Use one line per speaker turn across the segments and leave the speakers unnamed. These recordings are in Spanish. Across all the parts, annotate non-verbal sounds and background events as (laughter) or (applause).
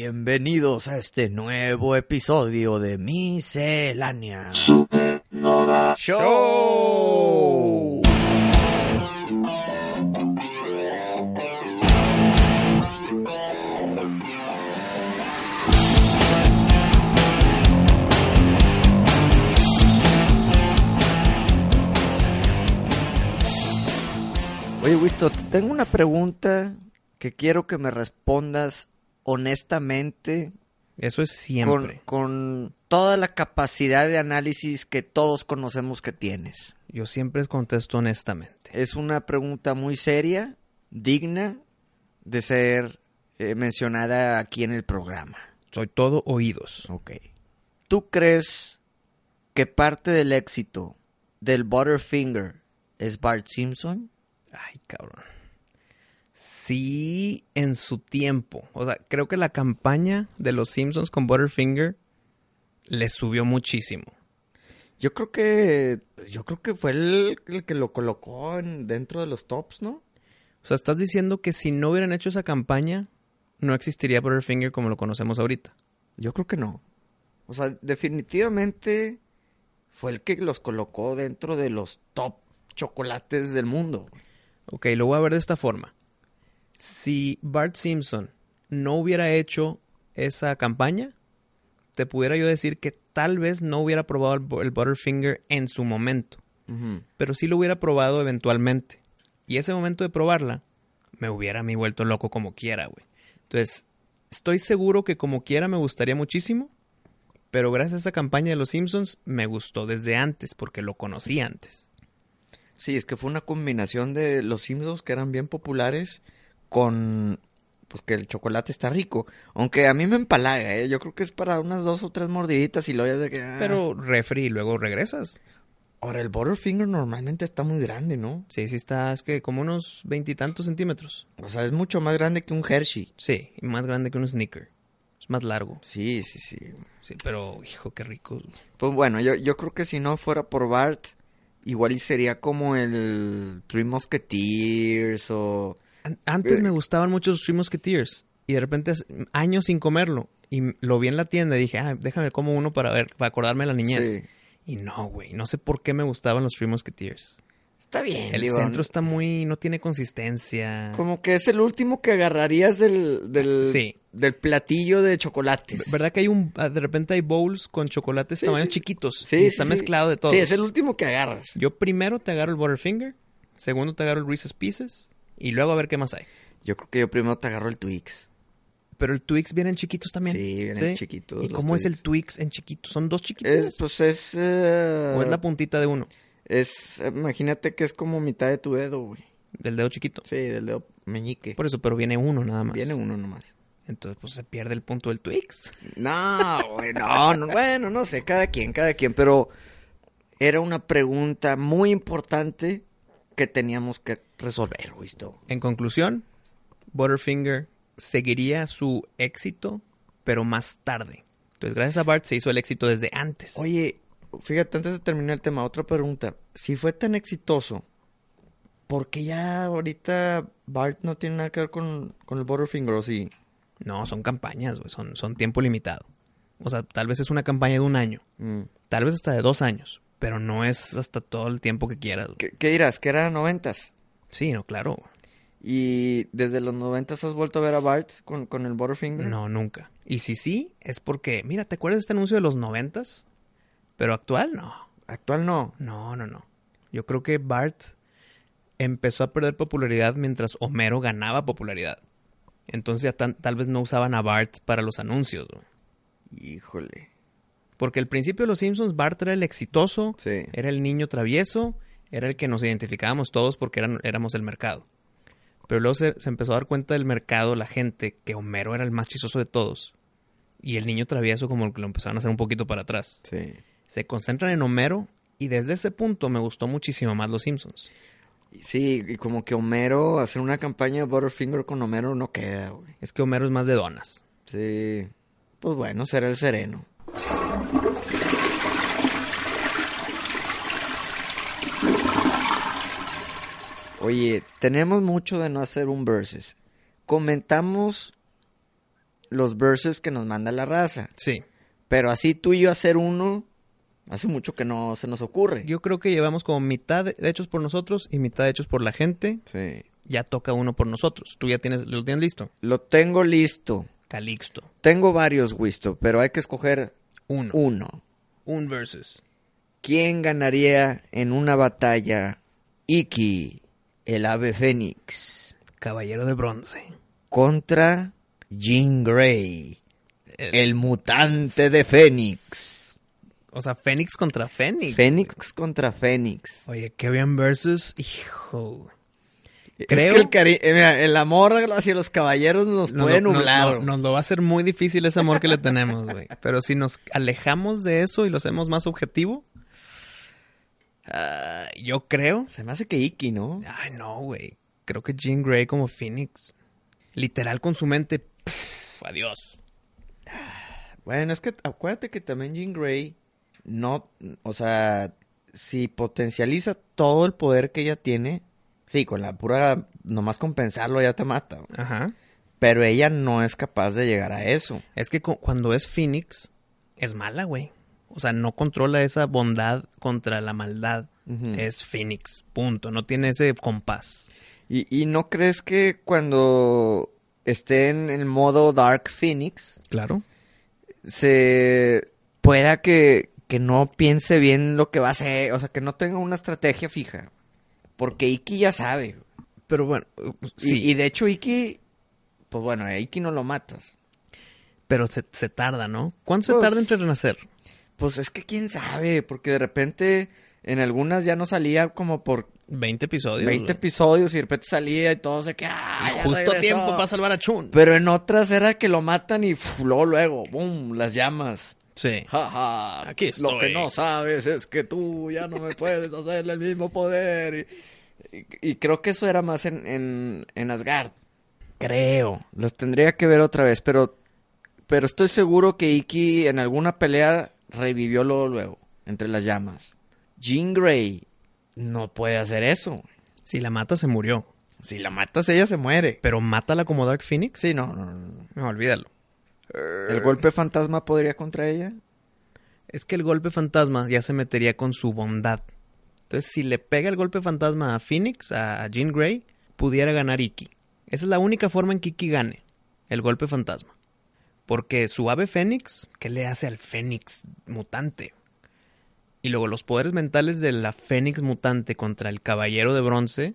Bienvenidos a este nuevo episodio de Miscelánea
Supernova.
Show. Oye, Wisto, te tengo una pregunta que quiero que me respondas honestamente
Eso es
con,
siempre.
con toda la capacidad de análisis que todos conocemos que tienes.
Yo siempre contesto honestamente.
Es una pregunta muy seria, digna de ser eh, mencionada aquí en el programa.
Soy todo oídos.
Ok. ¿Tú crees que parte del éxito del Butterfinger es Bart Simpson?
Ay, cabrón. Sí, en su tiempo. O sea, creo que la campaña de los Simpsons con Butterfinger le subió muchísimo.
Yo creo que yo creo que fue el, el que lo colocó en- dentro de los tops, ¿no?
O sea, estás diciendo que si no hubieran hecho esa campaña, no existiría Butterfinger como lo conocemos ahorita.
Yo creo que no. O sea, definitivamente fue el que los colocó dentro de los top chocolates del mundo.
Ok, lo voy a ver de esta forma. Si Bart Simpson no hubiera hecho esa campaña, te pudiera yo decir que tal vez no hubiera probado el, bu- el Butterfinger en su momento, pero sí lo hubiera probado eventualmente. Y ese momento de probarla, me hubiera a mí vuelto loco como quiera, güey. Entonces, estoy seguro que como quiera me gustaría muchísimo, pero gracias a esa campaña de los Simpsons me gustó desde antes, porque lo conocí antes.
Sí, es que fue una combinación de los Simpsons que eran bien populares con pues que el chocolate está rico, aunque a mí me empalaga, ¿eh? yo creo que es para unas dos o tres mordiditas y lo ya de que ah.
Pero refri y luego regresas.
ahora el Butterfinger normalmente está muy grande, ¿no?
Sí, sí está, es que como unos veintitantos centímetros.
O sea, es mucho más grande que un Hershey.
Sí, y más grande que un sneaker. Es más largo.
Sí, sí, sí.
Sí, pero, hijo, qué rico.
Pues bueno, yo, yo creo que si no fuera por Bart, igual y sería como el Three Musketeers o...
An- antes
Eh.
me gustaban mucho los Three Musketeers. Y de repente, hace años sin comerlo. Y m- lo vi en la tienda y dije, ah, déjame como uno para ver, para acordarme de la niñez.
Sí.
Y no, güey, no sé por qué me gustaban los Three Musketeers.
Está bien,
El
digo,
centro está muy, no tiene consistencia.
Como que es el último que agarrarías del, del,
Sí.
del platillo de chocolates.
V- ¿Verdad que hay un, ah, de repente hay bowls con chocolates
Sí,
tamaños
sí.
chiquitos?
Sí,
y
sí,
está
sí.
mezclado de todo.
Sí, es el último que agarras.
Yo primero te agarro el Butterfinger, segundo te agarro el Reese's Pieces y luego a ver qué más hay.
Yo creo que yo primero te agarro el Twix.
Pero el Twix vienen chiquitos también.
Sí, vienen chiquitos
¿Y
los
cómo es el Twix en chiquitos? ¿Son dos chiquitos?
Es, pues es... eh,
¿O es la puntita de uno?
es- Imagínate que es como mitad de tu dedo, güey.
Del dedo chiquito.
Sí, del dedo meñique.
Por eso, pero viene uno nada más.
Viene uno nomás.
Entonces, pues se pierde el punto del Twix.
No, güey, no, no, bueno, no sé, cada quien, cada quien, pero era una pregunta muy importante que teníamos que resolver, ¿visto?
En conclusión, Butterfinger seguiría su éxito, pero más tarde. Entonces, gracias a Bart se hizo el éxito desde antes.
Oye, fíjate, antes de terminar el tema, otra pregunta. Si fue tan exitoso, ¿por qué ya ahorita Bart no tiene nada que ver con, con el Butterfinger o sí?
No, son campañas, güey, Son, son tiempo limitado. O sea, tal vez es una campaña de un año.
Mm.
tal vez hasta de dos años, pero no es hasta todo el tiempo que quieras. güey.
¿Qué, qué dirás? ¿Que era noventas?
Sí, no, claro.
¿Y desde los noventas has vuelto a ver a Bart con, con el Butterfinger?
No, nunca. Y si sí, es porque, mira, ¿te acuerdas de este anuncio de los noventas? Pero actual, no.
Actual no.
No, no, no. Yo creo que Bart empezó a perder popularidad mientras Homero ganaba popularidad. Entonces ya tan- tal vez no usaban a Bart para los anuncios, güey.
Híjole.
Porque al principio de los Simpsons, Bart era el exitoso,
Sí.
era el niño travieso, era el que nos identificábamos todos porque eran- éramos el mercado. Pero luego se, se empezó a dar cuenta del mercado, la gente, que Homero era el más chistoso de todos. Y el niño travieso como que lo empezaron a hacer un poquito para atrás.
Sí.
Se concentran en Homero y desde ese punto me gustó muchísimo más los Simpsons.
Sí, y como que Homero, hacer una campaña de Butterfinger con Homero no queda, güey.
Es que Homero es más de donas.
Sí. Pues bueno, será el sereno. Oye, tenemos mucho de no hacer un versus. Comentamos los verses que nos manda la raza.
Sí.
Pero así tú y yo hacer uno, hace mucho que no se nos ocurre.
Yo creo que llevamos como mitad de- hechos por nosotros y mitad hechos por la gente.
Sí.
Ya toca uno por nosotros. Tú ya tienes, lo tienes listo.
Lo tengo listo.
Calixto.
Tengo varios, Wisto, pero hay que escoger
Uno. Un,
uno.
versus.
¿Quién ganaría en una batalla? Iki, el ave fénix,
Caballero de bronce.
contra Jean Grey, el mutante de fénix.
O sea, Fénix contra Fénix.
Fénix contra fénix.
Oye, Kevin versus. Hijo.
Es
Creo-
que el, cari- eh, mira, el amor hacia los caballeros nos
No,
puede
no, no,
nublar.
no, nos lo va a hacer muy difícil ese amor que le tenemos,
(laughs)
güey. Pero si nos alejamos de eso y lo hacemos más objetivo, ah, yo creo.
Se me hace que Iki, ¿no?
Ay, no, güey. Creo que Jean Grey como Phoenix. Literal con su mente. pff, adiós.
Bueno, es que acuérdate que también Jean Grey no, o sea, si potencializa todo el poder que ella tiene, sí, con la pura, nomás compensarlo ya te mata, güey.
Ajá.
pero ella no es capaz de llegar a eso.
Es que cu- cuando es Phoenix, es mala, güey. O sea, no controla esa bondad contra la maldad.
Ujú.
Es Phoenix, punto. No tiene ese compás.
¿Y, y no crees que cuando esté en el modo Dark Phoenix,
Claro.
se pueda que, que no piense bien lo que va a hacer, o sea, que no tenga una estrategia fija? Porque Iki ya sabe. güey.
Pero bueno, uh, sí.
Y, y de hecho, Iki, pues bueno, a Iki no lo matas.
Pero se, se tarda, ¿no? ¿Cuánto se
Pues-
tarda entre renacer?
Pues es que quién sabe, porque de repente en algunas ya no salía como por
¿20 episodios?
20
güey.
episodios y de repente salía y todo se que ¡ah,
Y
ya
Justo a
regresó!
tiempo para salvar a Chun.
Pero en otras era que lo matan y ¡fuf! luego, luego, ¡bum! Las llamas.
Sí.
¡Ja, ja!
Aquí
Lo
estoy.
que no sabes es que tú ya no me puedes hacerle el mismo poder. Y, y- y creo que eso era más en, en, en Asgard.
Creo.
Los tendría que ver otra vez, pero, pero estoy seguro que Iki en alguna pelea revivió luego, luego, entre las llamas. Jean Grey no puede hacer eso.
Si la mata, se murió.
Si la matas, ella se muere.
Pero mátala como Dark Phoenix.
Sí, no, no, no.
No, olvídalo.
¿El golpe fantasma podría contra ella?
Es que el golpe fantasma ya se metería con su bondad. Entonces, si le pega el golpe fantasma a Phoenix, a a Jean Grey, pudiera ganar Iki. Esa es la única forma en que Iki gane el golpe fantasma. Porque su ave Fénix, ¿qué le hace al Fénix mutante? Y luego los poderes mentales de la Fénix mutante contra el Caballero de Bronce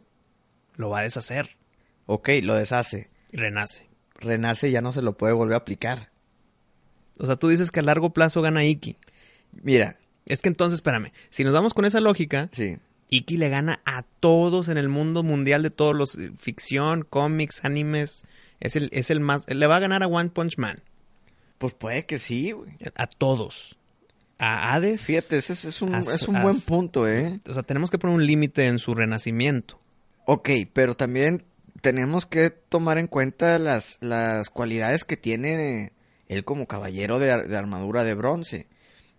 lo va a deshacer.
Ok, lo deshace.
y Renace.
Renace y ya no se lo puede volver a aplicar.
O sea, tú dices que a largo plazo gana Iki.
Mira,
Es que entonces, espérame, si nos vamos con esa lógica,
sí.
Iki le gana a todos en el mundo mundial de todos los eh, ficción, cómics, animes. Es el, es el más. Le va a ganar a One Punch Man.
Pues puede que sí, güey.
A todos. A Hades.
Fíjate, ese es- es un,
As-
es un
as-
buen punto, ¿eh?
O sea, tenemos que poner un límite en su renacimiento.
Ok, pero también tenemos que tomar en cuenta las, las cualidades que tiene él como caballero de, ar- de armadura de bronce.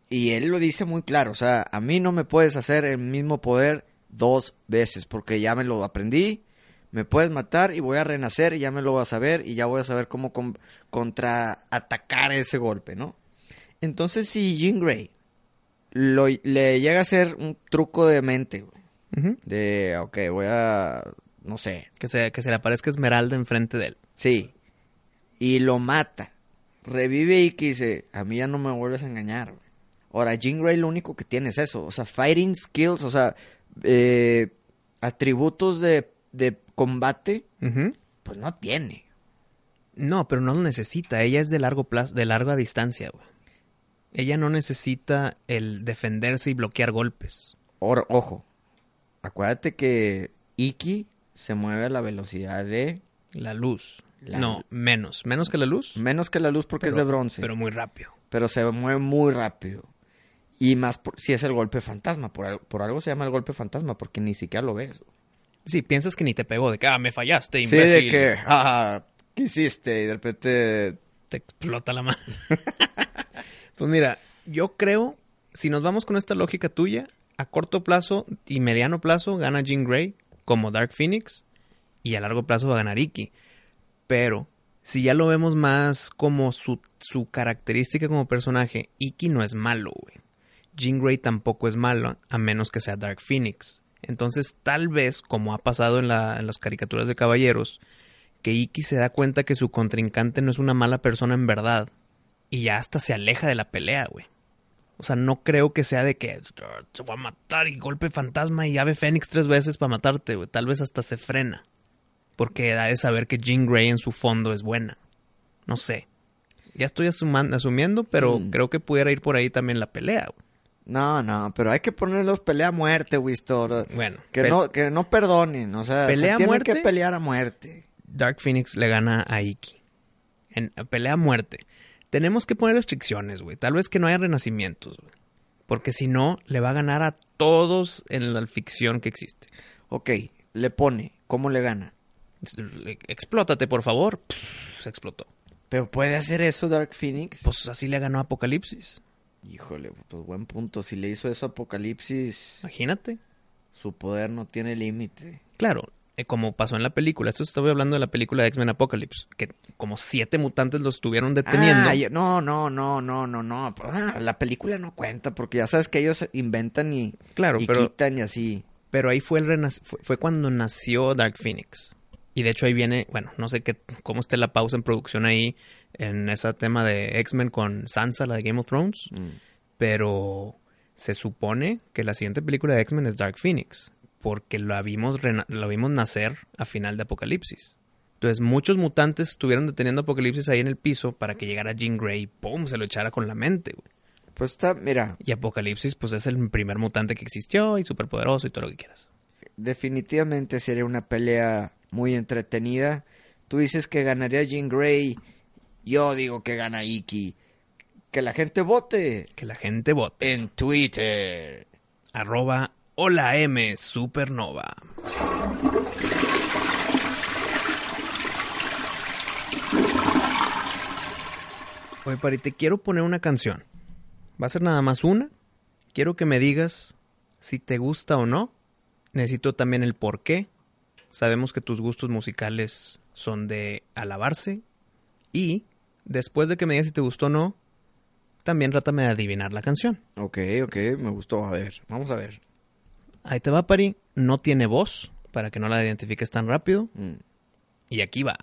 Y él lo dice muy claro, o sea, a mí no me puedes hacer el mismo poder dos veces, porque ya me lo aprendí, me puedes matar y voy a renacer y ya me lo vas a ver y ya voy a saber cómo con- contraatacar ese golpe, ¿no? Entonces, si Jean Grey lo- le llega a hacer un truco de mente, güey,
Ujú.
de, ok, voy a, no sé,
que, se, que se le aparezca Esmeralda enfrente de él.
sí. Y lo mata. Revive Iki y dice, a mí ya no me vuelves a engañar. güey. Ahora, Jean Grey lo único que tiene es eso. O sea, fighting skills, o sea, eh, atributos de, de combate,
Ujú.
pues no tiene.
No, pero no lo necesita. Ella es de largo plazo, de larga distancia, güey. Ella no necesita el defenderse y bloquear golpes.
Ahora, ojo, acuérdate que Iki se mueve a la velocidad de...
La luz.
La-
No, menos. Menos que la luz.
Menos que la luz porque es de bronce.
Pero muy rápido.
pero se mueve muy rápido. Y más por- si es el golpe fantasma, por, al- por algo se llama el golpe fantasma, porque ni siquiera lo ves.
Sí, piensas que ni te pegó, de que, ah, me fallaste,
Sí,
imbécil.
de que, ah, ¿qué hiciste? Y de repente,
Te explota la mano. (laughs) pues mira, yo creo, si nos vamos con esta lógica tuya, a corto plazo y mediano plazo gana Jean Grey como Dark Phoenix y a largo plazo va a ganar Iki. Pero Si ya lo vemos más como su, su característica como personaje, Iki no es malo, güey. Jean Grey tampoco es malo, a menos que sea Dark Phoenix. Entonces, tal vez, como ha pasado en, la- en las caricaturas de caballeros, que Iki se da cuenta que su contrincante no es una mala persona en verdad. Y ya hasta se aleja de la pelea, güey. O sea, no creo que sea de que "Ah, te voy a matar y golpe fantasma y ave fénix tres veces para matarte, güey. Tal vez hasta se frena. Porque da de saber que Jean Grey en su fondo es buena. No sé. Ya estoy asuman- asumiendo, pero
Mm.
creo que pudiera ir por ahí también la pelea, güey.
No, no, pero hay que ponerlos pelea a muerte, Wistor.
Bueno,
Que
pel-
no, que no perdonen, o sea,
¿Pelea
se
a
tienen
muerte?
que pelear a muerte.
Dark Phoenix le gana a Iki. En pelea a muerte. Tenemos que poner restricciones, güey. Tal vez que no haya renacimientos, güey. Porque si no, le va a ganar a todos en la ficción que existe.
Ok, le pone, ¿cómo le gana?
Explótate, por favor. Pff, Se explotó.
Pero puede hacer eso Dark Phoenix.
Pues así le ganó Apocalipsis.
Híjole, pues buen punto. Si le hizo eso a Apocalipsis,
Imagínate.
su poder no tiene límite.
Claro, eh, como pasó en la película. Esto estoy hablando de la película de X-Men Apocalypse. Que como siete mutantes lo estuvieron deteniendo.
Ah, yo- no, no, no, no, no, no. (laughs) Ah, la película no cuenta porque ya sabes que ellos inventan y,
Claro,
y
pero-
quitan y así.
Pero ahí fue, el renac- fue, fue cuando nació Dark Phoenix. Y de hecho ahí viene, bueno, no sé qué, cómo esté la pausa en producción ahí en ese tema de X-Men con Sansa, la de Game of Thrones.
Mm.
Pero se supone que la siguiente película de X-Men es Dark Phoenix. Porque la vimos, rena- la vimos nacer a final de Apocalipsis. Entonces muchos mutantes estuvieron deteniendo a Apocalipsis ahí en el piso para que llegara Jean Grey y ¡pum! se lo echara con la mente. güey.
Pues está, mira,
Y Apocalipsis pues es el primer mutante que existió y superpoderoso y todo lo que quieras.
definitivamente sería una pelea muy entretenida. Tú dices que ganaría Jean Grey, yo digo que gana Iki. Que la gente vote
Que la gente vote.
en Twitter.
arroba hola M Supernova. Oye, Pari, te quiero poner una canción. Va a ser nada más una. Quiero que me digas si te gusta o no. Necesito también el por qué. Sabemos que tus gustos musicales son de alabarse. Y después de que me digas si te gustó o no, también trátame de adivinar la canción.
Ok, ok, me gustó. A ver, vamos a ver.
Ahí te va, Pari. No tiene voz para que no la identifiques tan rápido.
Mm.
Y aquí va.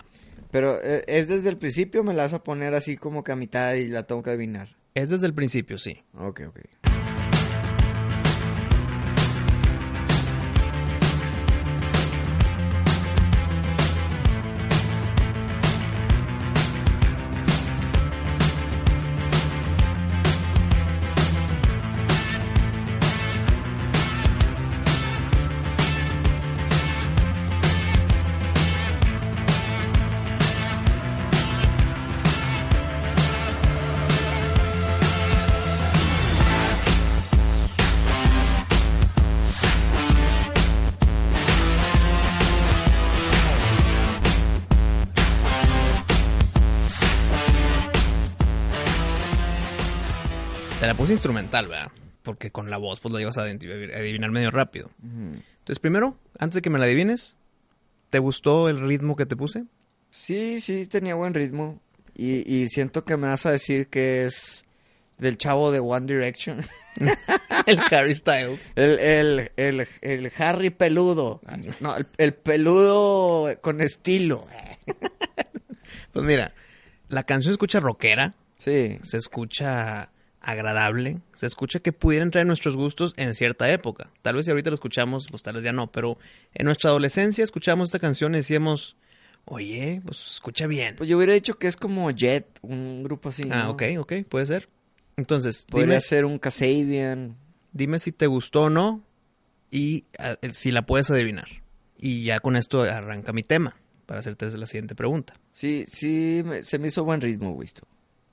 Pero eh, es desde el principio, me la vas a poner así como que a mitad y la tengo que adivinar.
Es desde el principio, sí.
Ok, ok.
Te la puse instrumental, ¿verdad? Porque con la voz pues la ibas a adivin- adivinar medio rápido.
Ujú.
Entonces, primero, antes de que me la adivines, ¿te gustó el ritmo que te puse? (laughs)
Sí, sí, tenía buen ritmo. Y, y siento que me vas a decir que es del chavo de One Direction. (laughs)
el Harry Styles.
El, el, el, el Harry peludo. No, el, el peludo con estilo.
Pues mira, la canción se escucha rockera,
Sí.
se escucha agradable, se escucha que pudiera entrar en nuestros gustos en cierta época. Tal vez si ahorita lo escuchamos, pues tal vez ya no, pero en nuestra adolescencia escuchamos esta canción y decíamos, oye, pues escucha bien.
Pues yo hubiera dicho que es como Jet, un grupo así.
Ah,
¿no?
ok, ok, puede ser. Entonces,
Podría
dime,
ser un Casabian.
dime si te gustó o no y ah, eh, si la puedes adivinar. Y ya con esto arranca mi tema para hacerte la siguiente pregunta.
Sí, sí, me- se me hizo buen ritmo, Wisto.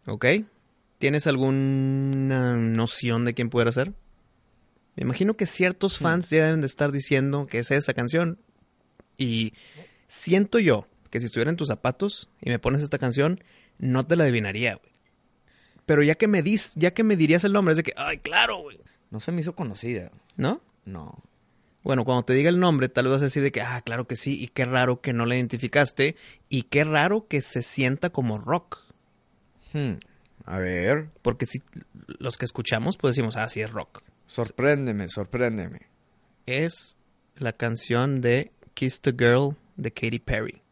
¿Ok? ¿Tienes alguna noción de quién pudiera ser? Me imagino que ciertos fans ya deben de estar diciendo que es esa canción. Y siento yo que si estuviera en tus zapatos y me pones esta canción, no te la adivinaría, güey. Pero ya que me dis, ya que me dirías el nombre, es de que, ay, claro, güey.
No se me hizo conocida.
¿No?
No.
Bueno, cuando te diga el nombre, tal vez vas a decir de que, ah, claro que sí, y qué raro que no la identificaste, y qué raro que se sienta como rock.
Hmm, A ver,
Porque si los que escuchamos, pues decimos, ah, sí es rock.
sorpréndeme, sorpréndeme.
Es la canción de Kiss the Girl de Katy Perry.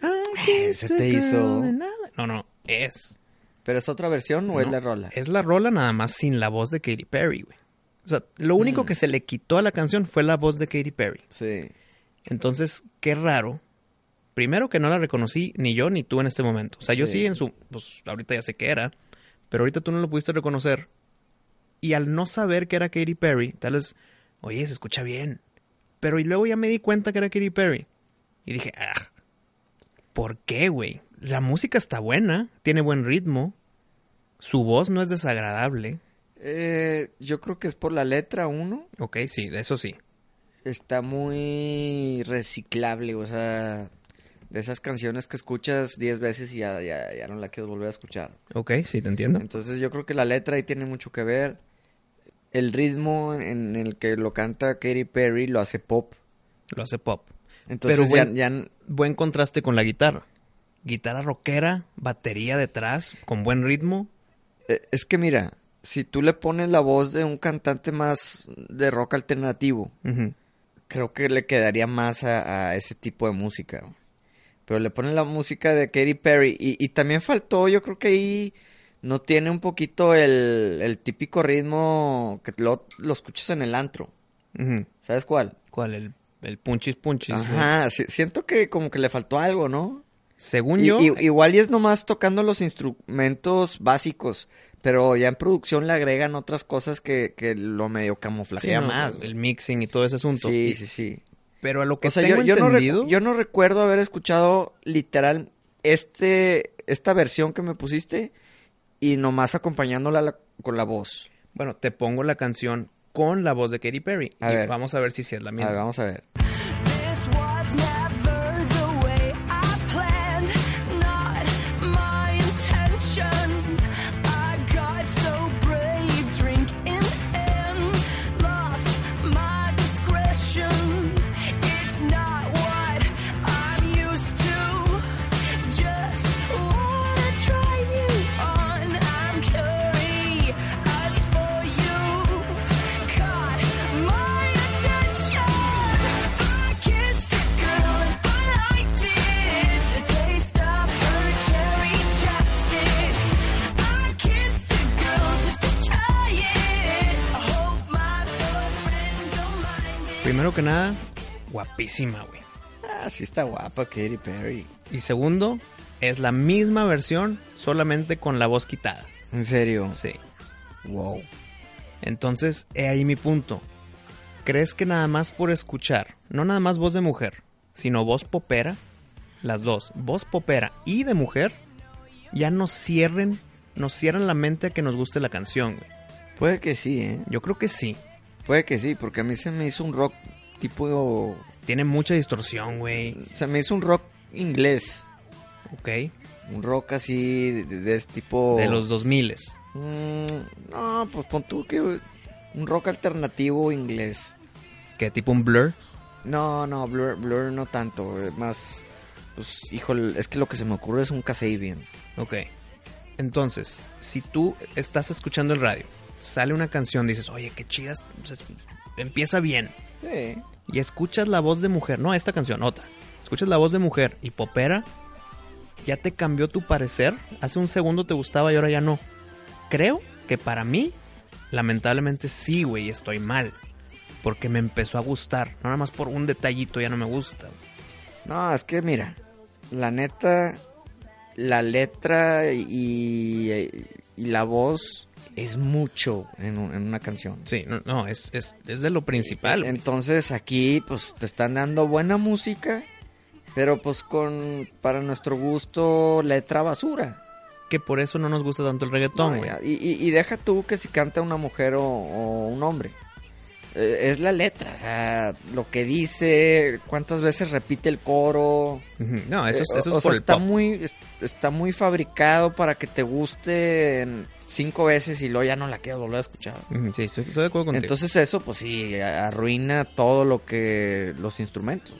Ah,
Ah,
kiss
se
the girl and
No, no, es.
¿Pero es otra versión o es
No,
la rola?
Es la rola nada más sin la voz de Katy Perry, güey. O sea, lo único
Mm.
que se le quitó a la canción fue la voz de Katy Perry.
Sí.
Entonces, qué raro. Primero que no la reconocí ni yo ni tú en este momento. O sea, yo
Sí.
sí en su... Pues ahorita ya sé qué era, pero ahorita tú no lo pudiste reconocer. Y al no saber que era Katy Perry, tal vez, oye, se escucha bien. Pero y luego ya me di cuenta que era Katy Perry. Y dije, ah, ¿por qué, güey? La música está buena, tiene buen ritmo, su voz no es desagradable.
Eh, yo creo que es por la letra uno.
Ok, sí, de eso sí.
Está muy reciclable, o sea, de esas canciones que escuchas 10 veces y ya, ya, ya no la quieres volver a escuchar.
Ok, sí, te entiendo.
Entonces yo creo que la letra ahí tiene mucho que ver. El ritmo en el que lo canta Katy Perry lo hace pop.
Lo hace pop.
Entonces ya,
bueno,
ya-
buen contraste con la guitarra. Guitarra rockera, batería detrás, con buen ritmo.
eh, es que mira, si tú le pones la voz de un cantante más de rock alternativo,
Ujú.
creo que le quedaría más a, a ese tipo de música. ¿no? Pero le ponen la música de Katy Perry. Y, y también faltó, yo creo que ahí no tiene un poquito el, el típico ritmo que lo, lo escuchas en el antro.
Ujú.
¿Sabes cuál?
¿Cuál? El, el punchis punchis.
Ajá, si- siento que como que le faltó algo, ¿no?
Según
Y-
yo,
y- igual y es nomás tocando los instrumentos básicos, pero ya en producción le agregan otras cosas que, que lo medio
sí,
camuflajea
no,
más.
el mixing y todo ese asunto.
Sí,
Y-
sí, sí.
Pero a lo que
O sea,
tengo
yo, yo no recu-
entendido,
yo no recuerdo haber escuchado literal este esta versión que me pusiste y nomás acompañándola la- con la voz.
bueno, te pongo la canción con la voz de Katy Perry.
A
y
ver.
vamos a ver si sí es la
A ver,
misma.
vamos a ver.
This was never the way I planned, not my intention. I got so brave, drink in hand, lost my discretion. It's not what I'm used to. Just wanna try you on. I'm curious for you. Caught my attention. I kissed a girl, but I did the taste of her cherry chapstick. I kissed a girl just to try it. I hope my boyfriend don't mind it.
Primero que nada, guapísima, güey.
Ah, sí está guapa Katy Perry.
Y segundo, es la misma versión, solamente con la voz quitada.
En serio.
Sí.
Wow.
Entonces, he ahí mi punto. ¿Crees que nada más por escuchar, no nada más voz de mujer, sino voz popera, las dos, voz popera y de mujer, ya nos cierren, nos cierran la mente a que nos guste la canción, güey?
Puede que sí, ¿eh?
Yo creo que sí.
Puede que sí, porque a mí se me hizo un rock tipo...
Tiene mucha distorsión, güey.
Se me hizo un rock inglés.
Ok.
Un rock así de, de- de este tipo...
De los 2000
Mm, no, pues pon tú que... Un rock alternativo inglés.
que tipo un blur.
No, no, Blur, Blur no tanto. eh, Más... Pues, híjole, es que lo que se me ocurre es un Kasabian.
Ok. Entonces, si tú estás escuchando el radio, sale una canción, dices, oye, qué chidas, pues, empieza bien.
Sí.
y escuchas la voz de mujer, no esta canción, otra. Escuchas la voz de mujer y popera, ya te cambió tu parecer. Hace un segundo te gustaba y ahora ya no. Creo que para mí, lamentablemente sí, güey, estoy mal. Porque me empezó a gustar. No nada más por un detallito ya no me gusta.
No, es que mira, la neta, la letra y, y la voz es mucho en, un- en una canción.
Sí, no, no, es, es, es de lo principal. güey.
Entonces aquí pues te están dando buena música, pero pues con, para nuestro gusto, letra basura.
Que por eso no nos gusta tanto el reggaetón, güey.
y, y- y deja tú que si canta una mujer o, o un hombre. eh, es la letra, o sea, lo que dice, cuántas veces repite el coro.
Ujú. No, Ah, eso, es-
Eh, o-
eso
o sea,
es por el
está
pop.
muy es- está muy fabricado para que te guste en cinco veces y luego ya no la quieras volver a escuchar.
Ujú, Sí, estoy, estoy de acuerdo contigo.
Entonces eso pues sí a- arruina todo lo que los instrumentos.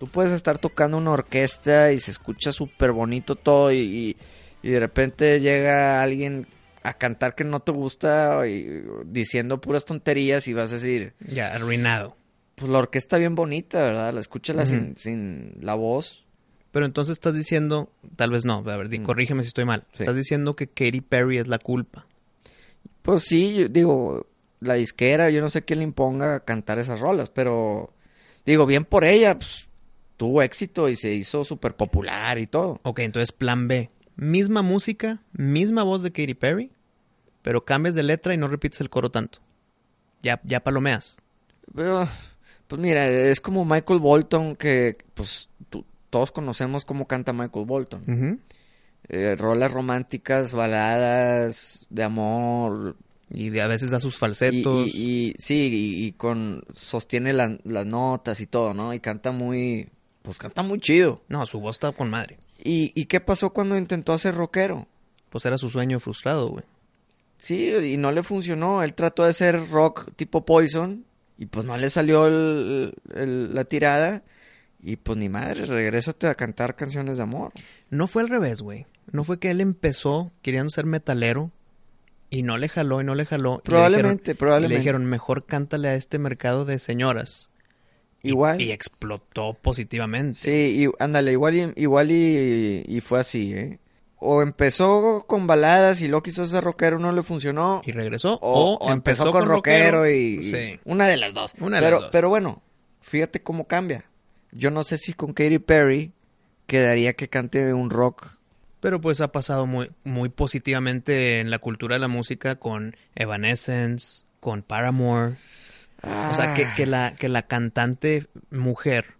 Tú puedes estar tocando una orquesta y se escucha súper bonito todo y, y- y de repente llega alguien a cantar que no te gusta y diciendo puras tonterías y vas a decir,
ya, arruinado.
pues la orquesta bien bonita, ¿verdad? La escúchala
Ujú.
sin, sin la voz.
Pero entonces estás diciendo, tal vez no, a ver, di-
Mm.
corrígeme si estoy mal.
Sí.
Estás diciendo que Katy Perry es la culpa.
Pues sí, yo digo, la disquera, yo no sé quién le imponga cantar esas rolas, pero digo, bien por ella, pues, tuvo éxito y se hizo súper popular y todo.
Ok, entonces plan B. Misma música, misma voz de Katy Perry, pero cambias de letra y no repites el coro tanto. Ya, ya palomeas.
Pero, pues mira, es como Michael Bolton, que pues tú- todos conocemos cómo canta Michael Bolton. Eh, rolas románticas, baladas de amor,
Y de- a veces da sus
y,
falsetos.
y- y- sí, y, y con sostiene la- las notas y todo, ¿no? Y canta muy, pues canta muy chido.
No, su voz está con madre.
¿Y, y qué pasó cuando intentó hacer rockero?
Pues era su sueño frustrado, güey.
Sí, y no le funcionó. Él trató de hacer rock tipo Poison y pues no le salió el- el- la tirada. Y pues ni madre, regrésate a cantar canciones de amor.
No fue al revés, güey. No fue que él empezó queriendo ser metalero y no le jaló y no le jaló. y le
Probablemente,
dijeron-
probablemente.
Le dijeron, mejor cántale a este mercado de señoras. Y-
Igual.
Y, explotó positivamente.
Sí, y ándale, igual y, igual y, y fue así, ¿eh? O empezó con baladas y lo quiso hacer rockero, no le funcionó.
Y regresó.
o, o empezó, con, rockero, y...
Sí.
Una de las dos.
Una de
pero,
las dos.
pero bueno, fíjate cómo cambia. Yo no sé si con Katy Perry quedaría que cante un rock.
Pero pues ha pasado muy, muy positivamente en la cultura de la música con Evanescence, con Paramore. O sea, que,
Ah.
que la, que la cantante mujer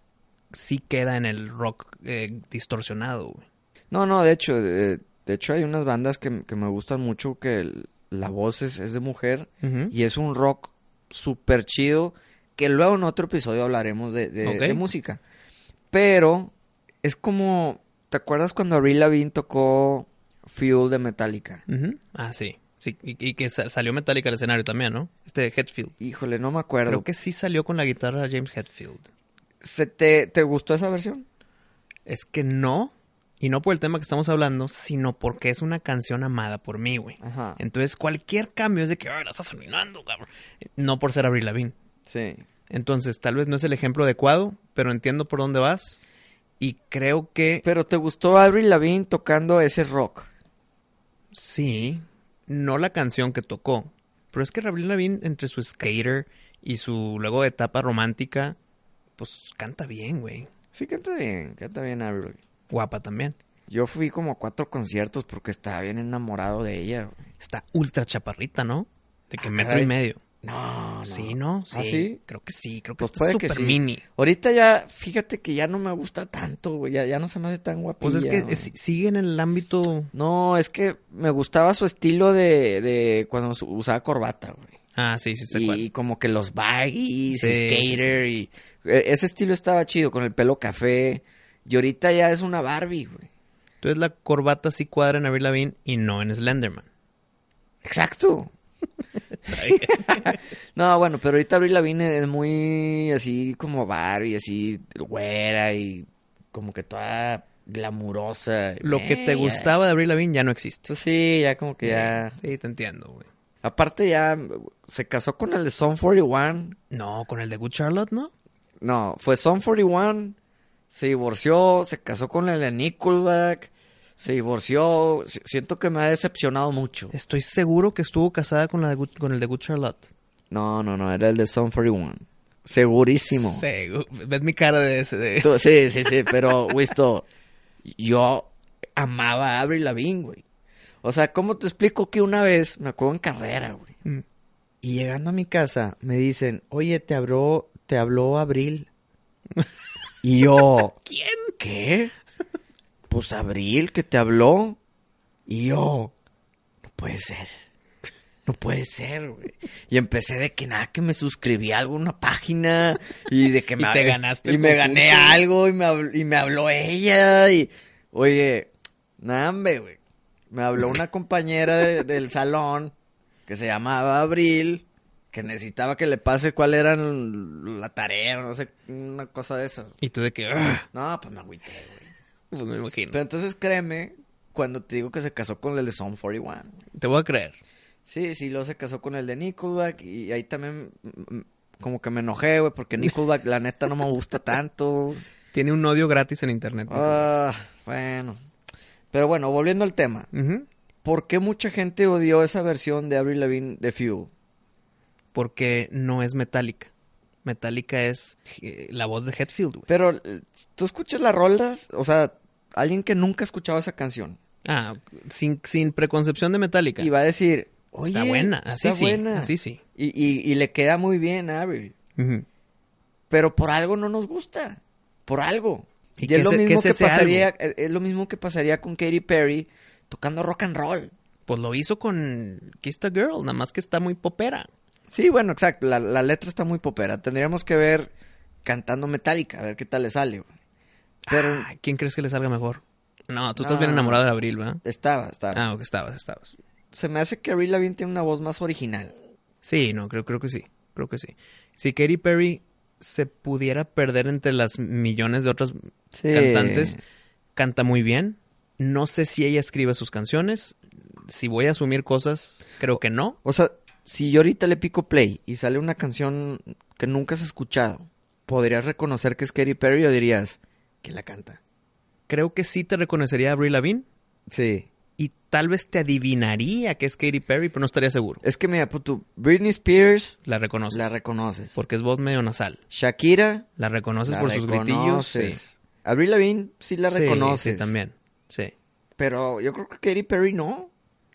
sí queda en el rock eh, distorsionado, güey.
No, no, de hecho, de, de hecho hay unas bandas que, que me gustan mucho que el- la voz es, es de mujer y es un rock súper chido que luego en otro episodio hablaremos de, de-
Ok.
de música. Pero es como, ¿te acuerdas cuando Avril Lavigne tocó Fuel de Metallica?
Ujú. Ah, sí. sí y, y que sa- salió Metallica al escenario también, ¿no? Este Hetfield.
Híjole, no me acuerdo.
Creo que sí salió con la guitarra James Hetfield.
¿Se te, te gustó esa versión?
Es que no, y no por el tema que estamos hablando, sino porque es una canción amada por mí, güey.
Ajá.
Entonces cualquier cambio es de que, "Ay, la estás arruinando, cabrón. No por ser Avril Lavigne.
Sí.
Entonces, tal vez no es el ejemplo adecuado, pero entiendo por dónde vas. Y creo que
Pero te gustó Avril Lavigne tocando ese rock.
sí, no la canción que tocó. Pero es que Avril Lavigne, entre su skater y su luego etapa romántica, pues canta bien, güey.
Sí, canta bien, canta bien Avril. Lavigne.
Guapa también.
Yo fui como a cuatro conciertos porque estaba bien enamorado de ella. güey.
Está ultra chaparrita, ¿no? De que
Ah,
metro
caray.
y medio.
No, no.
Sí, ¿no? Sí.
¿Ah, sí?
Creo que sí, creo que
Pues
está
puede que
súper
sí.
mini.
Ahorita ya, fíjate que ya no me gusta tanto, güey. Ya, ya no se me hace tan guapilla.
Pues es que
güey.
es- sigue en el ámbito...
No, es que me gustaba su estilo de, de cuando su- usaba corbata, güey.
Ah, sí, sí, sé
Y,
cuál.
como que los baggies,
Sí,
y
sí,
skater y... e- Ese estilo estaba chido, con el pelo café. Y ahorita ya es una Barbie, güey.
Entonces la corbata sí cuadra en Avril Lavigne y no en Slenderman.
Exacto. (laughs) No, bueno, pero ahorita Avril Lavigne es muy así como Barbie, así güera y como que toda glamurosa.
Lo que
Eh, ya.
te gustaba de Avril Lavigne ya no existe.
Pues sí, ya como que ya...
Sí, te entiendo, güey.
Aparte ya se casó con el de Son 41.
No, con el de Good Charlotte, ¿no?
No, fue Son 41. Se divorció, se casó con el de Nickelback. Se divorció. Si- Siento que me ha decepcionado mucho.
Estoy seguro que estuvo casada con, la de Good- con el de Good Charlotte.
No, no, no, era el de Son 41. Segurísimo.
Segu- Ves mi cara de ese. de-
Tú- sí, sí, sí, pero, Wisto, yo amaba a Avril Lavigne, güey. O sea, ¿cómo te explico que una vez me acuerdo en carrera, güey?
Mm.
Y llegando a mi casa, me dicen, oye, te habló, te habló Abril. y yo,
¿Quién?
¿qué? Pues Abril que te habló. Y yo, no puede ser. no puede ser, güey. Y empecé de que nada, que me suscribí a alguna página y de que
(laughs) Y
me...
te ganaste
Y
el
me
concurso,
gané
güey.
algo y me, habló, y me habló ella y... Oye, nada, hombre, güey. Me habló una compañera de- del salón que se llamaba Abril, que necesitaba que le pase cuál era la tarea, no sé, una cosa de esas.
Y tú de que, "Ugh",
No, pues me agüité, güey.
pues me imagino.
Pero entonces créeme cuando te digo que se casó con el de Son 41. güey.
Te voy a creer.
Sí, sí, luego se casó con el de Nickelback y ahí también mm, mm, como que me enojé, güey, porque Nickelback la neta no me gusta tanto.
Tiene un odio gratis en internet.
Ah, bueno. Pero bueno, volviendo al tema.
Ujú.
¿Por qué mucha gente odió esa versión de Avril Lavigne de Fuel?
Porque no es metálica. Metálica es eh, la voz de Hetfield, güey.
Pero eh, tú escuchas las rolas, o sea, alguien que nunca ha escuchado esa canción
Ah, sin, sin preconcepción de metálica.
y va a decir, Oye,
está buena, así
está
sí.
buena.
Así sí.
Y, y- y le queda muy bien a Avril.
Ujú.
pero por algo no nos gusta, por algo.
¿Y
Y,
qué
es lo
es- qué
mismo
es
que
ese
pasaría, eh, es es lo mismo que pasaría con Katy Perry tocando rock and roll.
Pues lo hizo con Kiss the Girl, nada más que está muy popera.
Sí, bueno, exacto, la, la letra está muy popera. Tendríamos que ver cantando Metallica, a ver qué tal le sale. güey. Pero
Ah, ¿Quién crees que le salga mejor? No, tú estás
No.
bien enamorado de Abril, ¿verdad?
estaba, estaba.
Ah, ok, estabas, estabas.
Se me hace que Avril Lavigne tiene una voz más original.
Sí, no, creo, creo que sí. Creo que sí. Si Katy Perry se pudiera perder entre las millones de otras
Sí.
cantantes, este, canta muy bien. No sé si ella escribe sus canciones. Si voy a asumir cosas, creo que no.
O sea, si yo ahorita le pico play y sale una canción que nunca has escuchado, ¿podrías reconocer que es Katy Perry o dirías quién la canta?
Creo que sí te reconocería a Avril Lavigne
Sí.
y tal vez te adivinaría que es Katy Perry, pero no estaría seguro.
Es que mira, pues, tú, Britney Spears
La reconoces.
la reconoces.
Porque es voz medio nasal.
Shakira
La reconoces
la
por sus
reconoces.
gritillos. sí.
Avril Lavigne sí la
Sí,
reconoces.
sí, también. Sí.
Pero yo creo que Katy Perry no.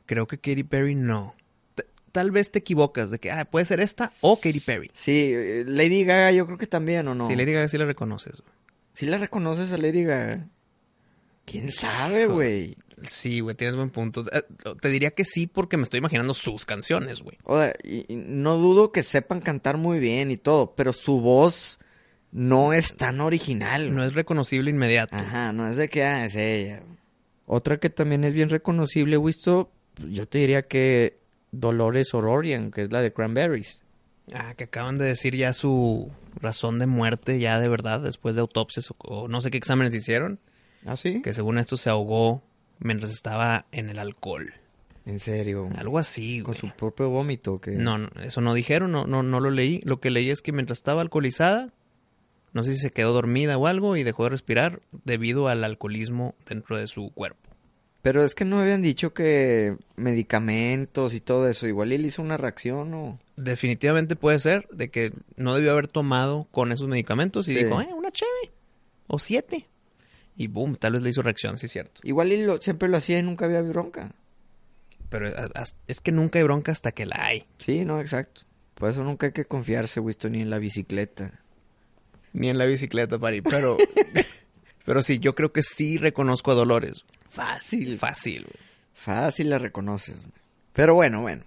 Creo que Katy Perry no. T- tal vez te equivocas de que ah, puede ser esta o Katy Perry.
Sí, eh, Lady Gaga yo creo que también, ¿o no?
Si le digas sí la reconoces.
¿Sí la reconoces a Lady Gaga. ¿Quién sabe, güey?
Sí, güey, tienes buen punto. Eh, Te diría que sí porque me estoy imaginando sus canciones, güey.
O sea, y- y no dudo que sepan cantar muy bien y todo, pero su voz no es tan original.
No es reconocible inmediato.
Ajá, no es de que ah, es ella. Otra que también es bien reconocible, Wisto, yo te diría que Dolores Ororian, que es la de Cranberries.
Ah, que acaban de decir ya su razón de muerte, ya de verdad, después de autopsias o, o no sé qué exámenes hicieron.
¿Ah, sí?
Que según esto se ahogó mientras estaba en el alcohol.
En serio.
Algo así,
Con
güey.
su propio vómito. Que...
No, no, eso no dijeron, no, no, no lo leí. Lo que leí es que mientras estaba alcoholizada, no sé si se quedó dormida o algo y dejó de respirar debido al alcoholismo dentro de su cuerpo.
Pero es que no habían dicho que medicamentos y todo eso. Igual él hizo una reacción o...
Definitivamente puede ser de que no debió haber tomado con esos medicamentos y
Sí.
dijo, eh, una cheve o siete. Y boom, tal vez le hizo reacción, sí es cierto.
Igual él lo- siempre lo hacía y nunca había bronca.
Pero a- a- es que nunca hay bronca hasta que la hay.
Sí, no, exacto. Por eso nunca hay que confiarse, Wisto, ni en la bicicleta.
Ni en la bicicleta, Pari, (laughs) pero... pero sí, yo creo que sí reconozco a Dolores.
Fácil.
Fácil. güey.
Fácil la reconoces. Pero bueno, bueno.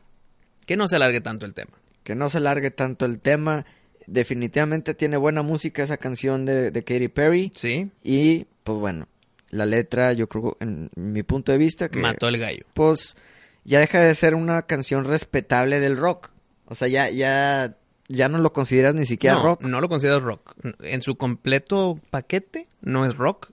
Que no se alargue tanto el tema.
que no se alargue tanto el tema. Definitivamente tiene buena música esa canción de, de Katy Perry.
Sí,
Y pues bueno, la letra, yo creo, en mi punto de vista, que
mató al gallo.
pues ya deja de ser una canción respetable del rock. O sea, ya, ya, ya no lo consideras ni siquiera
no,
rock.
No lo considero rock. En su completo paquete no es rock,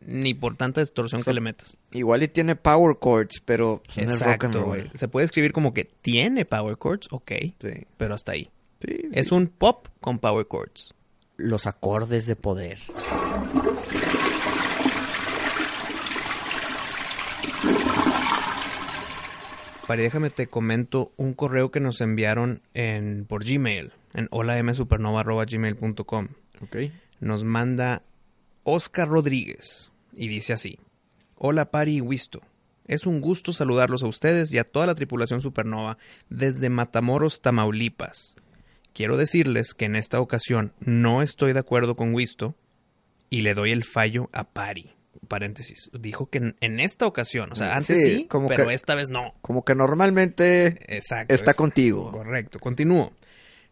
ni por tanta distorsión que le metas.
Igual y tiene power chords, pero pues, no es rock and
Exacto,
roll.
güey. Se puede escribir como que tiene power chords, ok,
Sí.
pero hasta ahí.
Sí, sí.
Es un pop con power chords.
los acordes de poder.
Pari, déjame te comento un correo que nos enviaron en, por Gmail, en holamsupernova.gmail.com.
Ok.
nos manda Oscar Rodríguez y dice así: Hola Pari y Wisto. Es un gusto saludarlos a ustedes y a toda la tripulación Supernova desde Matamoros, Tamaulipas. Quiero decirles que en esta ocasión no estoy de acuerdo con Wisto y le doy el fallo a Pari. paréntesis, dijo que en, en esta ocasión, o sea, antes
Sí,
sí,
como
pero
que-
esta vez no.
Como que normalmente
Exacto.
está
es-
contigo.
Correcto, continúo.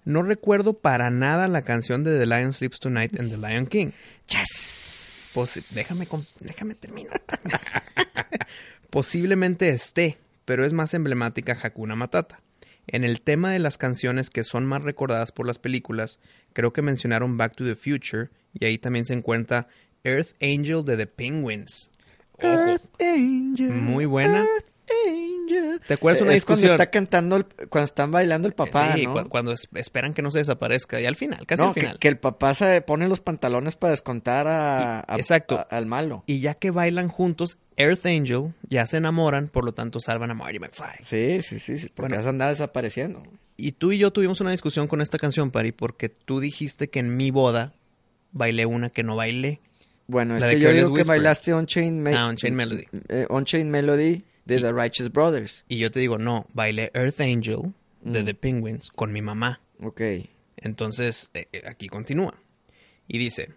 No recuerdo para nada la canción de The Lion Sleeps Tonight en The Lion King.
Yes.
Posi- déjame, com- déjame terminar. (laughs) Posiblemente esté, pero es más emblemática Hakuna Matata. En el tema de las canciones que son más recordadas por las películas, creo que mencionaron Back to the Future y ahí también se encuentra Earth Angel de The Penguins. Ojo.
Earth Angel,
Muy buena.
Earth Angel.
¿Te acuerdas una
es cuando
discusión? Eh,
está cantando, el- cuando están bailando el papá,
Sí,
¿no?
cu- cuando es- esperan que no se desaparezca y al final, casi
No,
al
que,
final.
que el papá se pone los pantalones para descontar a,
Y-
a-
exacto.
a- al malo.
Y ya que bailan juntos, Earth Angel ya se enamoran, por lo tanto salvan a Marty McFly.
Sí, sí, sí, sí, porque
Bueno.
has andado desapareciendo.
Y tú y yo tuvimos una discusión con esta canción, Pari, porque tú dijiste que en mi boda bailé una que no bailé.
Bueno, es
La de
que yo
Careless
digo que
Whisper.
bailaste On Chain,
Ah, Unchained Melody.
On Chain Melody de The Righteous Brothers.
Y yo te digo, no, bailé Earth Angel de
Mm.
The Penguins con mi mamá.
Ok.
Entonces, eh, eh, aquí continúa. Y dice,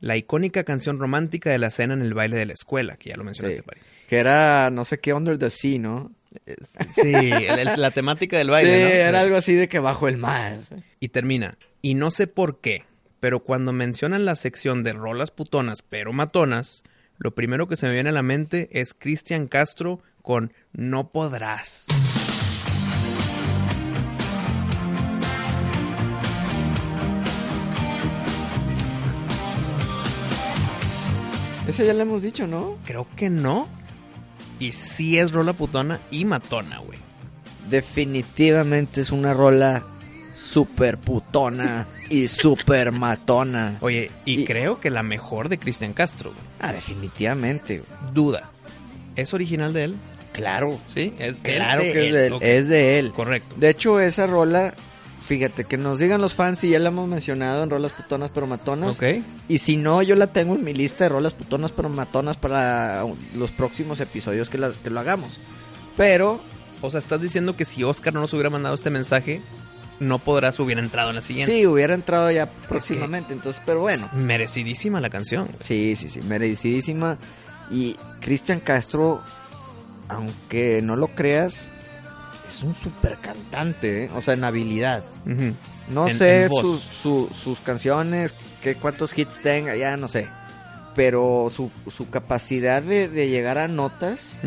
la icónica canción romántica de la cena en el baile de la escuela, que ya lo mencionaste,
sí.
Pari.
Que era, no sé qué, Under the Sea, ¿no?
Eh, Sí, el- el- la temática del
sí,
baile, ¿no?
era algo así de que bajo el mar.
Y termina, y no sé por qué, pero cuando mencionan la sección de rolas putonas pero matonas, lo primero que se me viene a la mente es Cristian Castro con No podrás.
Ese ya lo hemos dicho, ¿no?
Creo que no. Y sí es rola putona y matona, güey.
Definitivamente es una rola super putona y super matona.
Oye, y,
Y-
creo que la mejor de Cristian Castro, güey.
Ah, definitivamente. güey.
Duda. ¿Es original de él?
Claro.
Sí, es de
Claro
él,
que es de él.
ok,
Es de él.
Correcto.
De hecho, esa rola, fíjate, que nos digan los fans si ya la hemos mencionado en rolas putonas pero matonas.
Ok.
Y si no, yo la tengo en mi lista de rolas putonas pero matonas para los próximos episodios que, la- que lo hagamos. Pero,
O sea, estás diciendo que si Oscar no nos hubiera mandado este mensaje, no podrás hubiera entrado en la siguiente.
sí, hubiera entrado ya próximamente. Entonces, pero bueno.
Es Merecidísima la canción.
Sí, sí, sí, merecidísima. Y Cristian Castro, aunque no lo creas, es un super cantante, ¿eh? o sea, en habilidad.
Ujú.
No
En-
sé
en voz.
sus, su- sus canciones, que cuántos hits tenga, ya no sé. Pero su, su capacidad de, de llegar a notas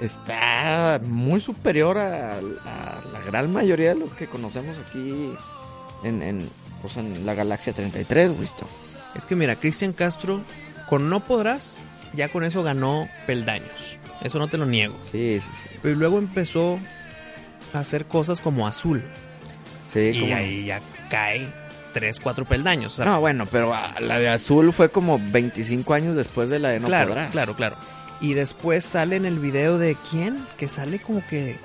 está muy superior a, a la gran mayoría de los que conocemos aquí en, en, pues, en la Galaxia 33, Wisto.
Es que mira, Cristian Castro, con No Podrás, ya con eso ganó peldaños. Eso no te lo niego.
Sí, sí, sí.
Pero luego empezó a hacer cosas como Azul.
Sí,
y
cómo no.
ahí ya cae tres, cuatro peldaños. O sea,
No, bueno, pero ah, la de azul fue como 25 años después de la de No
claro,
Podrás.
claro, claro. Y después sale en el video de quién? Que sale como que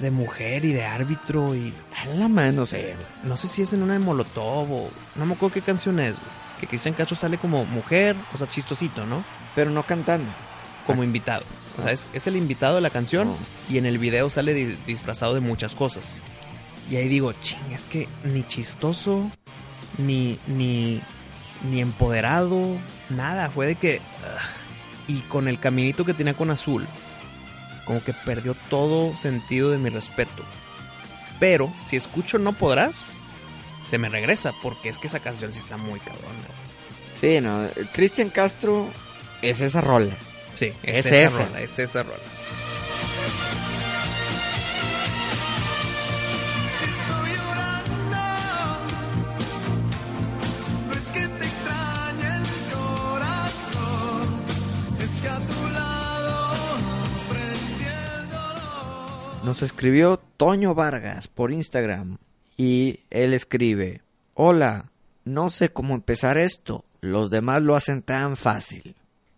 de mujer y de árbitro y
A la madre, no sé. güey.
No sé si es en una de Molotov o... No me acuerdo qué canción es, güey. Que Cristian Castro sale como mujer, o sea, chistosito, ¿no?
Pero no cantando.
Como invitado. O sea, es, es el invitado de la canción
No.
y en el video sale di- disfrazado de muchas cosas. Y ahí digo, ching, es que ni chistoso, ni, ni, ni empoderado, nada. Fue de que... ugh. Y con el caminito que tenía con Azul, como que perdió todo sentido de mi respeto. Pero si escucho No Podrás, se me regresa, porque es que esa canción sí está muy cabrón.
Sí, no. eh, Cristian Castro es esa rola.
Sí,
es
es,
esa.
esa rola, es esa rola.
No es que te extrañe el corazón, es que a tu lado aprendí el dolor.
Nos escribió Toño Vargas por Instagram. Y él escribe: Hola, no sé cómo empezar esto. Los demás lo hacen tan fácil.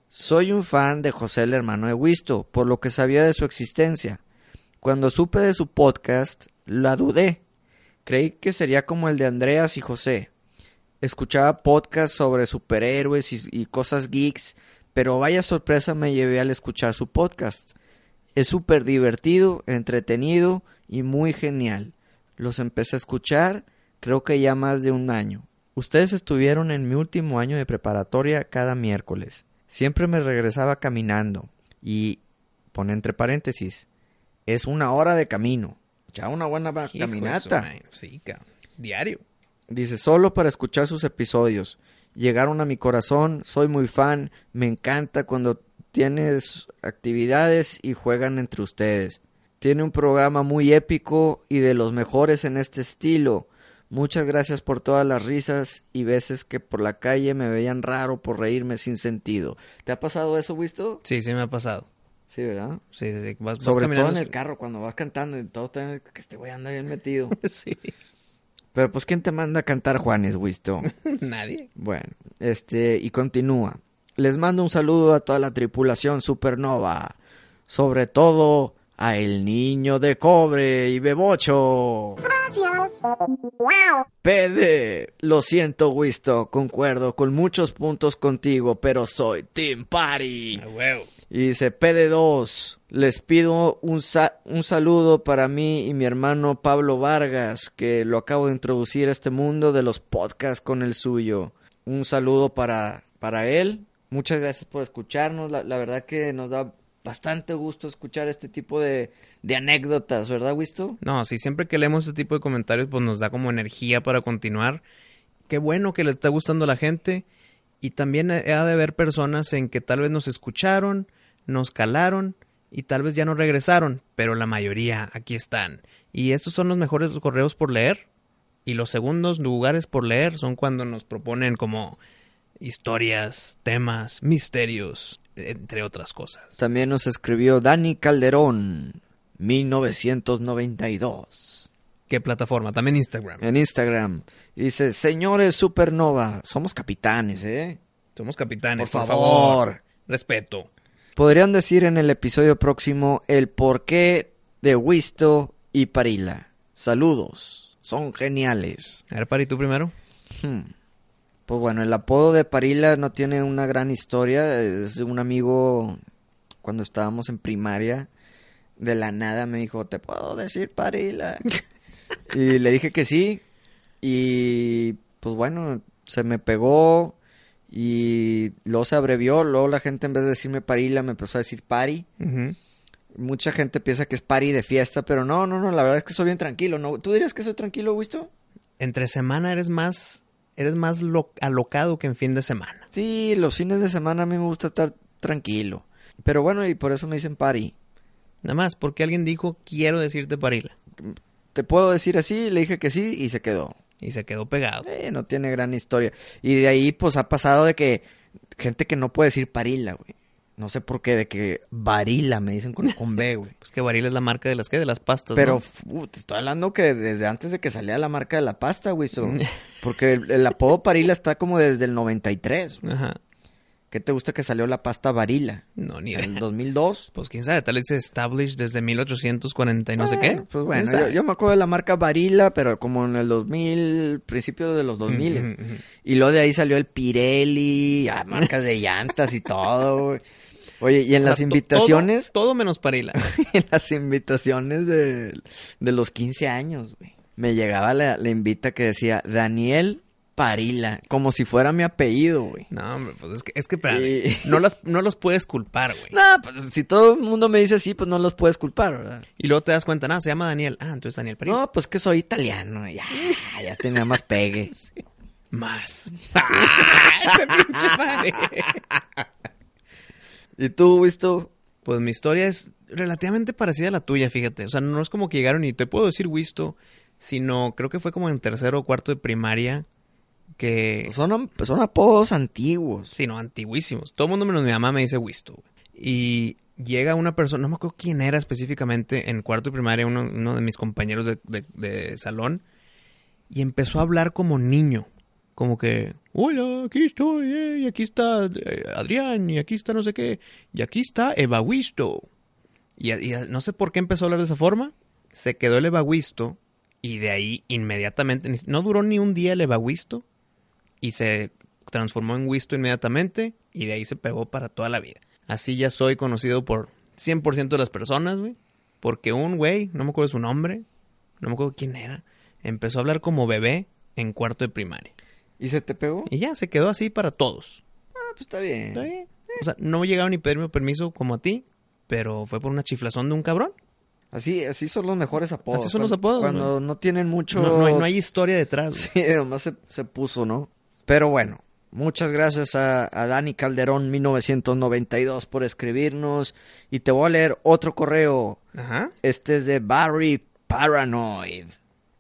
Soy un fan de José el hermano de Wisto, por lo que sabía de su existencia. Cuando supe de su podcast, la dudé. Creí que sería como el de Andreas y José. Escuchaba podcasts sobre superhéroes y, y cosas geeks, pero vaya sorpresa me llevé al escuchar su podcast. Es súper divertido, entretenido y muy genial. Los empecé a escuchar, creo que ya más de un año. Ustedes estuvieron en mi último año de preparatoria cada miércoles. Siempre me regresaba caminando y pone entre paréntesis, es una hora de camino, ya una buena va-
Hijo de su
caminata.
madre, Sí, cabrón. Diario.
Dice, solo para escuchar sus episodios. Llegaron a mi corazón, soy muy fan, me encanta cuando tienes actividades y juegan entre ustedes. Tiene un programa muy épico y de los mejores en este estilo. Muchas gracias por todas las risas y veces que por la calle me veían raro por reírme sin sentido. ¿Te ha pasado eso, Wisto?
Sí, sí me ha pasado.
Sí, ¿verdad?
Sí, sí, sí. Vas, vas
Sobre todo
caminando-
en el carro, cuando vas cantando y todos te ven que este güey anda bien metido.
sí.
(laughs)
(laughs)
Pero pues, ¿quién te manda a cantar Juanes, Wisto?
Nadie.
Bueno, este, y continúa. Les mando un saludo a toda la tripulación supernova, sobre todo a el niño de cobre y bebocho. PD, lo siento, Wisto, concuerdo con muchos puntos contigo, pero soy Team Party.
A huevo.
Y dice, PD2, les pido un, sa- un saludo para mí y mi hermano Pablo Vargas, que lo acabo de introducir a este mundo de los podcasts con el suyo. Un saludo para, para él. Muchas gracias por escucharnos. La, la verdad que nos da bastante gusto escuchar este tipo de, de anécdotas, ¿verdad, Wisto?
No, sí, siempre que leemos este tipo de comentarios, pues nos da como energía para continuar. Qué bueno que le está gustando a la gente. Y también eh, ha de haber personas en que tal vez nos escucharon, nos calaron y tal vez ya no regresaron, pero la mayoría aquí están. Y estos son los mejores correos por leer. Y los segundos lugares por leer son cuando nos proponen como historias, temas, misterios, entre otras cosas.
También nos escribió Dani Calderón, 1992.
¿Qué plataforma? También Instagram.
En Instagram. Y dice, señores Supernova, somos capitanes, ¿eh?
Somos capitanes,
Por
por,
favor.
favor. Respeto.
Podrían decir en el episodio próximo el porqué de Wisto y Parila. Saludos, son geniales.
A ver, Pari, tú primero.
Hmm. Pues bueno, el apodo de Parila no tiene una gran historia. Es un amigo, cuando estábamos en primaria, de la nada me dijo, ¿te puedo decir Parila? y le dije que sí. Y pues bueno, se me pegó y luego se abrevió. Luego la gente en vez de decirme Parila me empezó a decir Pari. Mucha gente piensa que es Pari de fiesta, pero no, no, no, la verdad es que soy bien tranquilo. ¿no? ¿Tú dirías que soy tranquilo, Wisto?
Entre semana eres más, eres más lo- alocado que en fin de semana.
Sí, los fines de semana a mí me gusta estar tranquilo. Pero bueno, y por eso me dicen party.
Nada más, porque alguien dijo, quiero decirte Parila.
Te puedo decir así, le dije que sí y se quedó.
Y se quedó pegado.
Eh, no tiene gran historia. Y de ahí, pues ha pasado de que gente que no puede decir parila, güey. No sé por qué, de que varila me dicen con, con B, güey.
Pues que Barila es la marca de las que, de las pastas.
Pero
¿no?
f- uh, te estoy hablando que desde antes de que salía la marca de la pasta, güey. so- porque el, el apodo parila está como desde el 93. güey.
Ajá.
¿Qué te gusta que salió la pasta varila?
No, ni
En el
idea.
2002.
Pues quién sabe, tal vez se established desde 1840 y no sé qué.
Bueno, Pues
¿Quién
bueno, yo,
sabe?
yo me acuerdo de la marca Varila, pero como en el 2000, principios de los 2000.
Ujú, ujú.
Y luego de ahí salió el Pirelli, ah, marcas de llantas y todo. güey. Oye, y en
O sea,
las
to-
invitaciones, (laughs)
Todo, todo menos Parila.
en las invitaciones de, de los 15 años, güey, me llegaba la, la invita que decía Daniel Parila, como si fuera mi apellido, güey.
No, hombre, pues es que, es que espérame,
Y-
no, las, no los puedes culpar, güey.
No, pues, si todo el mundo me dice así, pues no los puedes culpar, ¿verdad?
Y luego te das cuenta, nada, se llama Daniel. Ah, entonces Daniel Parila.
No, pues que soy italiano, ya, ya tenía más
(laughs)
pegue.
Más.
¿Y tú, visto?
Pues mi historia es relativamente parecida a la tuya, fíjate. O sea, no es como que llegaron y te puedo decir Wisto, sino creo que fue como en tercero o cuarto de primaria que...
Son, am- son apodos antiguos.
Sí, no, antiguísimos. Todo el mundo menos mi mamá me dice Wisto. güey. Y llega una persona, no me acuerdo quién era específicamente, en cuarto de primaria, uno, uno de mis compañeros de, de- de salón, y empezó a hablar como niño. Como que, hola, aquí estoy, eh, y aquí está eh, Adrián, y aquí está no sé qué, y aquí está Eva Wisto. Y, y no sé por qué empezó a hablar de esa forma. Se quedó el evaguisto y de ahí inmediatamente, ni- no duró ni un día el evaguisto y se transformó en Wisto inmediatamente y de ahí se pegó para toda la vida. Así ya soy conocido por 100% de las personas, güey. Porque un güey, no me acuerdo su nombre, no me acuerdo quién era, empezó a hablar como bebé en cuarto de primaria.
¿Y se te pegó?
Y ya, se quedó así para todos.
Ah, pues está bien.
Está bien. O sea, no llegaron ni pedirme permiso como a ti, pero fue por una chiflazón de un cabrón.
Así, así son los mejores apodos.
Así son los
Cuando-
apodos,
Cuando
güey.
no tienen mucho.
No, no hay, no hay historia detrás.
(laughs)
güey.
Sí, además se, se puso, ¿no? Pero bueno, muchas gracias a, a Dani Calderón 1992 por escribirnos. Y te voy a leer otro correo.
Ajá.
Este es de Barry Paranoid.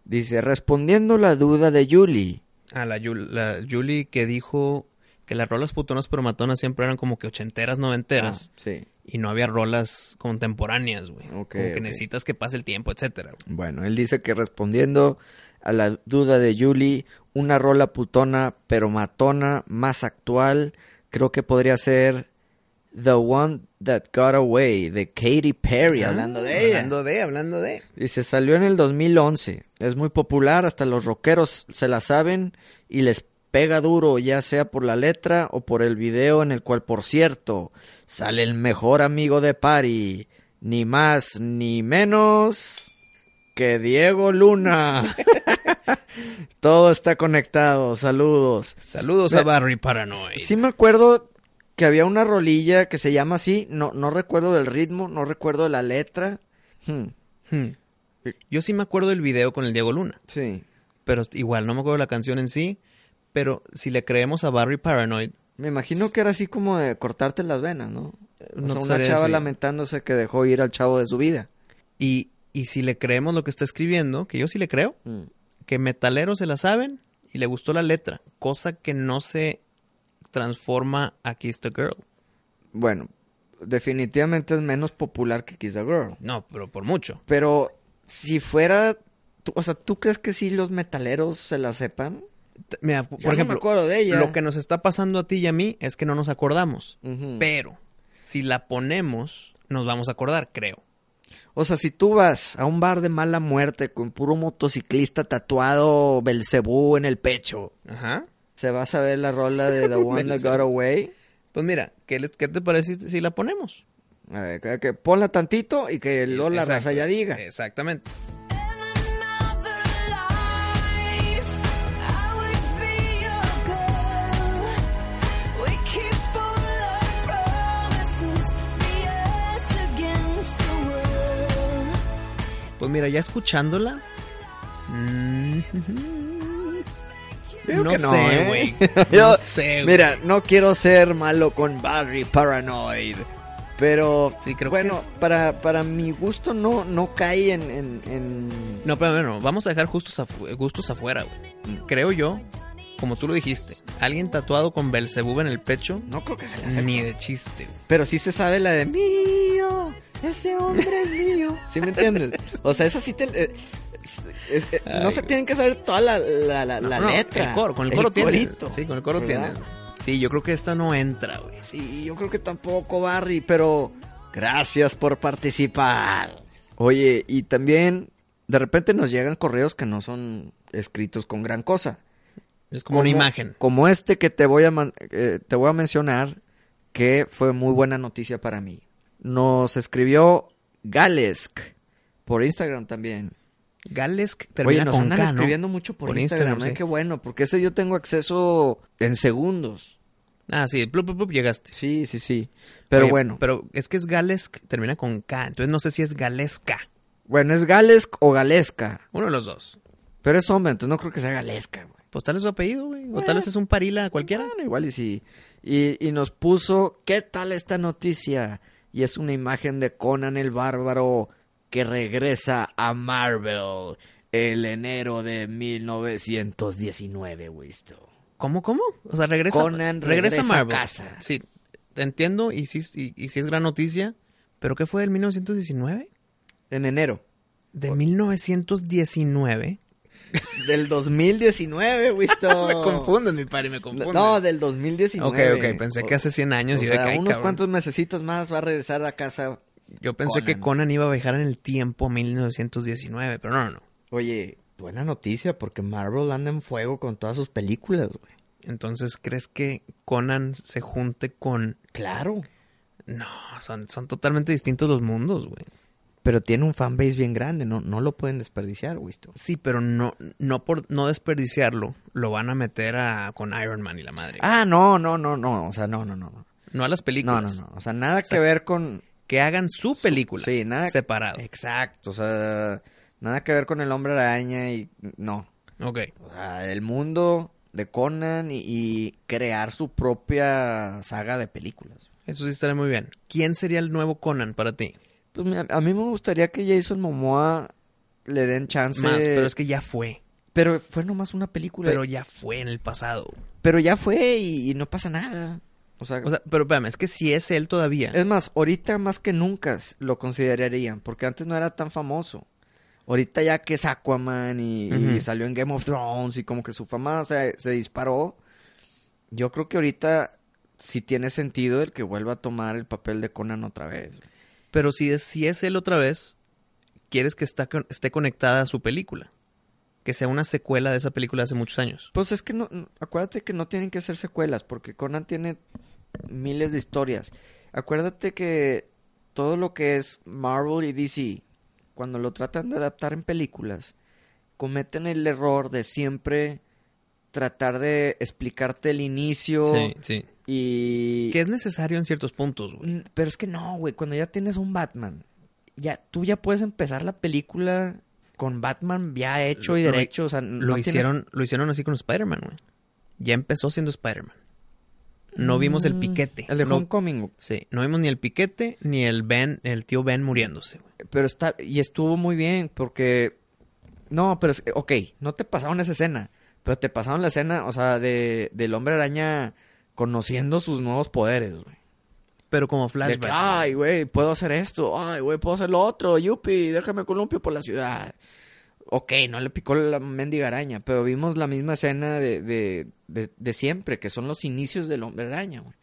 Dice, respondiendo la duda de Julie.
A la, Yul- la Julie que dijo que las rolas putonas pero matonas siempre eran como que ochenteras, noventeras.
Ah, sí.
y no había rolas contemporáneas, güey.
Ok,
como que
ok.
necesitas que pase el tiempo, etcétera. güey.
Bueno, él dice que respondiendo a la duda de Julie, una rola putona pero matona más actual, creo que podría ser The One That Got Away de Katy Perry, hablando de ella.
Hablando de, hablando de.
Dice, salió en el 2011, es muy popular, hasta los rockeros se la saben y les pega duro, ya sea por la letra o por el video en el cual, por cierto, sale el mejor amigo de Pari, ni más ni menos que Diego Luna. Todo está conectado, saludos.
Saludos
Ve-
a Barry Paranoid.
Sí me acuerdo que había una rolilla que se llama así, no, no recuerdo del ritmo, no recuerdo de la letra. Hmm,
Hmm. Yo sí me acuerdo del video con el Diego Luna,
sí.
pero igual no me acuerdo la canción en sí, pero si le creemos a Barry Paranoid,
Me imagino que era así como de cortarte las venas, ¿no? O
No
sea, una
sabría
chava
decir.
lamentándose que dejó ir al chavo de su vida.
y, y si le creemos lo que está escribiendo, que yo sí le creo, que metaleros se la saben y le gustó la letra, cosa que no se transforma a Kiss the Girl.
Bueno, definitivamente es menos popular que Kiss the Girl.
No, pero por mucho.
Pero si fuera... tú- o sea, ¿tú crees que sí los metaleros se la sepan?
T- Mira,
Ya
por
no
ejemplo,
me acuerdo de ella.
Lo que nos está pasando a ti y a mí es que no nos acordamos.
Ujú.
Pero si la ponemos, nos vamos a acordar, creo.
O sea, si tú vas a un bar de mala muerte con puro motociclista tatuado Belcebú en el pecho,
Ajá.
¿se va a saber la rola
(laughs)
de The One That Got Away?
Pues mira, ¿qué, le- qué te parece si- si la ponemos?
A ver, que, que ponla tantito y que luego la
Exacto. Eh,
raza ya diga.
Exactamente.
Another life, I would be your girl. We keep all our promises, be us against the world.
Pues mira, ya escuchándola. mm,
Yo
no,
que no, ¿eh? (laughs)
sé, güey.
Yo-
No sé, güey.
Mira, no quiero ser malo con Barry Paranoid. Pero
Sí, creo
bueno, para, para mi gusto no, no cae en, en- en-
No, pero bueno, vamos a dejar justos afu- eh, gustos afuera, güey. Creo yo, como tú lo dijiste, alguien tatuado con Belzebub en el pecho,
No creo que se la
no,
sepa.
ni de chiste. güey.
Pero sí se sabe la de mío, ese hombre es
(laughs)
mío. ¿Sí me entiendes? O sea, esa sí te... eh, es- es- eh, no
Ay,
se
güey.
tienen que saber toda la, la, la- la
No, no,
letra.
el coro, con el coro tienes.
corito,
Sí, con el coro
¿verdad?
tienes. Sí, yo creo que esta no entra, güey.
Sí, yo creo que tampoco, Barry, pero gracias por participar. Oye, y también de repente nos llegan correos que no son escritos con gran cosa.
Es como, una imagen.
Como este que te voy a, man- eh, te voy a mencionar, que fue muy buena noticia para mí. Nos escribió Galesk por Instagram también.
Galesk
Oye,
termina
nos
con
andan
K, ¿no?
escribiendo mucho por,
Por
Instagram,
Instagram,
¿eh?
sí.
qué bueno, porque ese yo tengo acceso en segundos.
Ah, sí, plup, plup, plup, llegaste.
Sí, sí, sí. Pero
Oye,
bueno.
Pero es que es Galesk, termina con K. Entonces no sé si es Galeska.
Bueno, es Galesk o Galesca.
Uno de los dos.
Pero es hombre, entonces no creo que sea Galesca, güey.
Pues tal es su apellido, güey. O
Bueno.
tal vez es un parila cualquiera.
Eh. Bueno, igual y sí. Y, y nos puso, ¿qué tal esta noticia? Y es una imagen de Conan el Bárbaro que regresa a Marvel el enero de 1919, güey. esto.
¿Cómo, cómo? O sea, regresa,
Conan regresa a casa.
Sí, te entiendo y sí, es- y, y sí es gran noticia. ¿Pero qué fue del 1919?
En enero. Pues
De 1919.
Del 2019, güey. (laughs) esto.
Me confunden, mi padre, me confunden.
No, del 2019.
Ok, ok, pensé que hace 100 años
O
y de
sea,
que, ay,
unos
cabrón.
cuantos mesecitos más va a regresar a casa
Yo pensé que
Conan.
Conan iba a viajar en el tiempo a 1919, pero no, no, no.
Oye, buena noticia porque Marvel anda en fuego con todas sus películas, güey.
Entonces, ¿crees que Conan se junte con...?
Claro.
No, son, son totalmente distintos los mundos, güey.
Pero tiene un fanbase bien grande, no, no lo pueden desperdiciar, güey. esto.
Sí, pero no, no por no desperdiciarlo, lo van a meter a, con Iron Man y la madre.
Ah, no, no, no, no, o sea, no, no, no. no.
no a las
No,
películas.
no, no. O sea, nada que
sea,
ver con.
Que hagan su película.
Sí, nada.
Separado.
Exacto. O sea, nada que ver con el hombre araña y. No.
Ok.
O sea, el mundo de Conan y, y crear su propia saga de películas.
Eso sí estaría muy bien. ¿Quién sería el nuevo Conan para ti?
Pues mira, a mí me gustaría que Jason Momoa le den chance.
Más, pero es que ya fue.
Pero fue nomás una película.
Pero ya fue en el pasado.
Pero ya fue y, y no pasa nada. O sea,
O sea, pero espérame, es que si es él todavía.
es más, ahorita más que nunca s- lo considerarían, porque antes no era tan famoso. Ahorita ya que es Aquaman y, y
Ujú.
salió en Game of Thrones y como que su fama se, se disparó, yo creo que ahorita sí tiene sentido el que vuelva a tomar el papel de Conan otra vez.
Pero si es, si es él otra vez, quieres que está con- esté conectada a su película. Que sea una secuela de esa película de hace muchos años.
Pues es que no, no- acuérdate que no tienen que ser secuelas, porque Conan tiene miles de historias. Acuérdate que todo lo que es Marvel y DC, cuando lo tratan de adaptar en películas, cometen el error de siempre tratar de explicarte el inicio
sí.
y...
Que es necesario en ciertos puntos, güey.
Mm, Pero es que no, güey, cuando ya tienes un Batman, ya, tú ya puedes empezar la película con Batman ya hecho y
Lo- lo-
derecho, o sea, n-
lo,
Mm, no tienes-
hicieron, lo hicieron así con Spider-Man, güey. Ya empezó siendo Spider-Man. No vimos el
Mm,
piquete.
El de
no,
Homecoming, güey.
Sí, no vimos ni el piquete ni el Ben, el tío Ben muriéndose, güey.
Pero está, y estuvo muy bien, porque. No, pero es, ok, no te pasaron esa escena. Pero te pasaron la escena, o sea, de, del hombre araña conociendo sus nuevos poderes, güey.
Pero como
De que,
flashback.
ay, güey, puedo hacer esto. Ay, güey, puedo hacer lo otro. Yupi, déjame columpio por la ciudad. Ok, no le picó la mendiga araña, pero vimos la misma escena de, de, de, de siempre, que son los inicios del hombre araña, güey.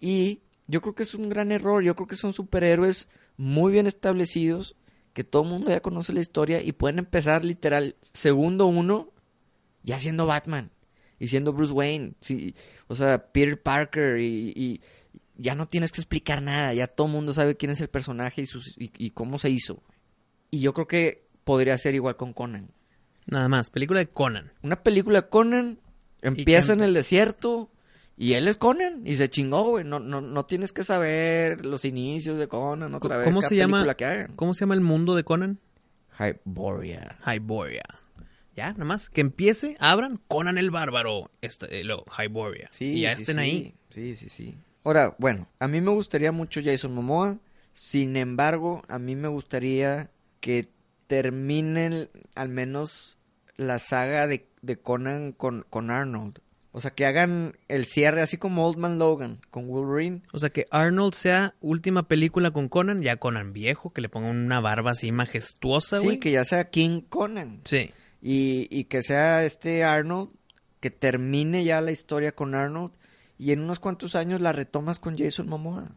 Y yo creo que es un gran error. Yo creo que son superhéroes muy bien establecidos, que todo el mundo ya conoce la historia y pueden empezar literal segundo uno ya siendo Batman y siendo Bruce Wayne, sí, o sea, Peter Parker y, y ya no tienes que explicar nada, ya todo el mundo sabe quién es el personaje y, sus- y, y cómo se hizo. Y yo creo que podría ser igual con Conan.
Nada más, película de Conan.
Una película de Conan
que-
empieza en el desierto y él es Conan y se chingó, güey. No, no, no tienes que saber los inicios de Conan otra vez.
¿Cómo
cada
se llama?
película que hagan.
¿Cómo se llama el mundo de Conan?
Hyboria.
Hyboria. Ya, nada más. Que empiece, abran Conan el Bárbaro. Este, eh, lo, Hyboria. y ya estén ahí.
Sí, sí, sí. Ahora, bueno, a mí me gustaría mucho Jason Momoa. Sin embargo, a mí me gustaría que terminen al menos la saga de, de Conan con, con Arnold. O sea, que hagan el cierre así como Old Man Logan con Wolverine.
O sea, que Arnold sea última película con Conan, ya Conan viejo, que le ponga una barba así majestuosa, güey.
Sí, que ya sea King Conan.
Sí.
Y, y que sea este Arnold, que termine ya la historia con Arnold. Y en unos cuantos años la retomas con Jason Momoa.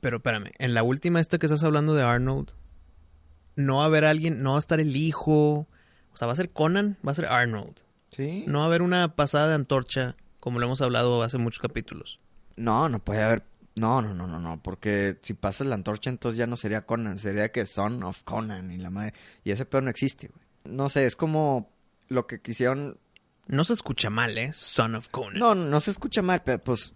Pero espérame, en la última esta que estás hablando de Arnold, no va a haber alguien, no va a estar el hijo. O sea, va a ser Conan, va a ser Arnold.
Sí.
No va a haber una pasada de antorcha, como lo hemos hablado hace muchos capítulos.
No, no puede haber. No, no, no, no, no, porque si pasas la antorcha entonces ya no sería Conan, sería que Son of Conan y la madre. Y ese pedo no existe, güey. No sé, es como lo que quisieron.
No se escucha mal, ¿eh? Son of Conan.
No, no se escucha mal, pero pues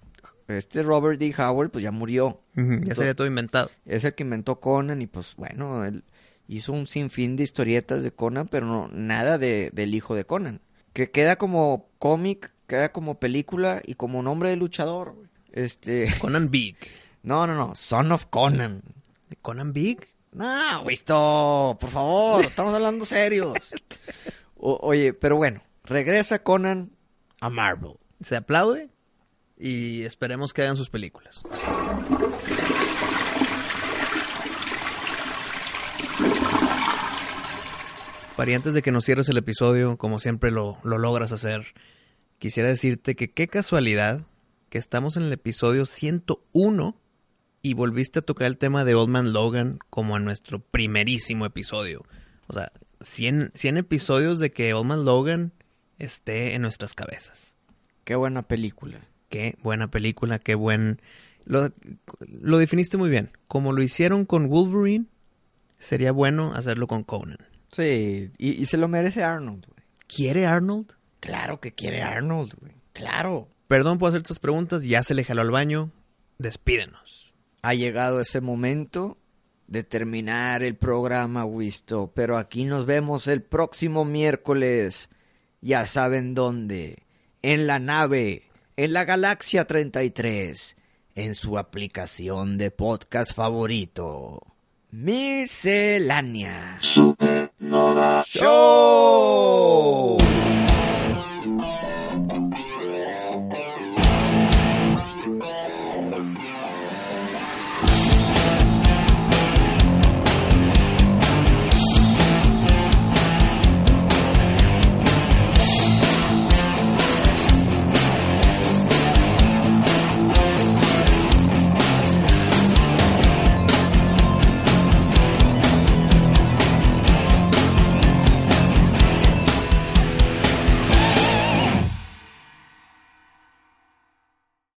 este Robert D. Howard pues ya murió.
Ujú, Ya sería todo inventado.
Es el que inventó Conan y pues bueno, él hizo un sinfín de historietas de Conan, pero no nada de, del hijo de Conan. Que queda como cómic, queda como película y como nombre de luchador, güey. Este, (laughs)
Conan Big.
no, no, no, Son of Conan.
¿Conan Big?
No, Wisto, por favor, estamos hablando serios. O- oye, pero bueno, regresa Conan a Marvel.
Se aplaude y esperemos que hagan sus películas. Pari, antes de que nos cierres el episodio, como siempre lo, lo logras hacer, quisiera decirte que qué casualidad que estamos en el episodio 101 y volviste a tocar el tema de Old Man Logan como en nuestro primerísimo episodio. O sea, 100, 100 episodios de que Old Man Logan esté en nuestras cabezas.
Qué buena película.
Qué buena película, qué buen... Lo, lo definiste muy bien. Como lo hicieron con Wolverine, sería bueno hacerlo con Conan.
Sí, y, y se lo merece Arnold, güey.
¿Quiere Arnold?
Claro que quiere Arnold, güey. Claro.
Perdón por hacer estas preguntas, ya se le jaló al baño. despídenos.
Ha llegado ese momento de terminar el programa, Wisto. Pero aquí nos vemos el próximo miércoles. Ya saben dónde. En la nave, en la galaxia 33, en su aplicación de podcast favorito. Miscelánea. Supernova Show.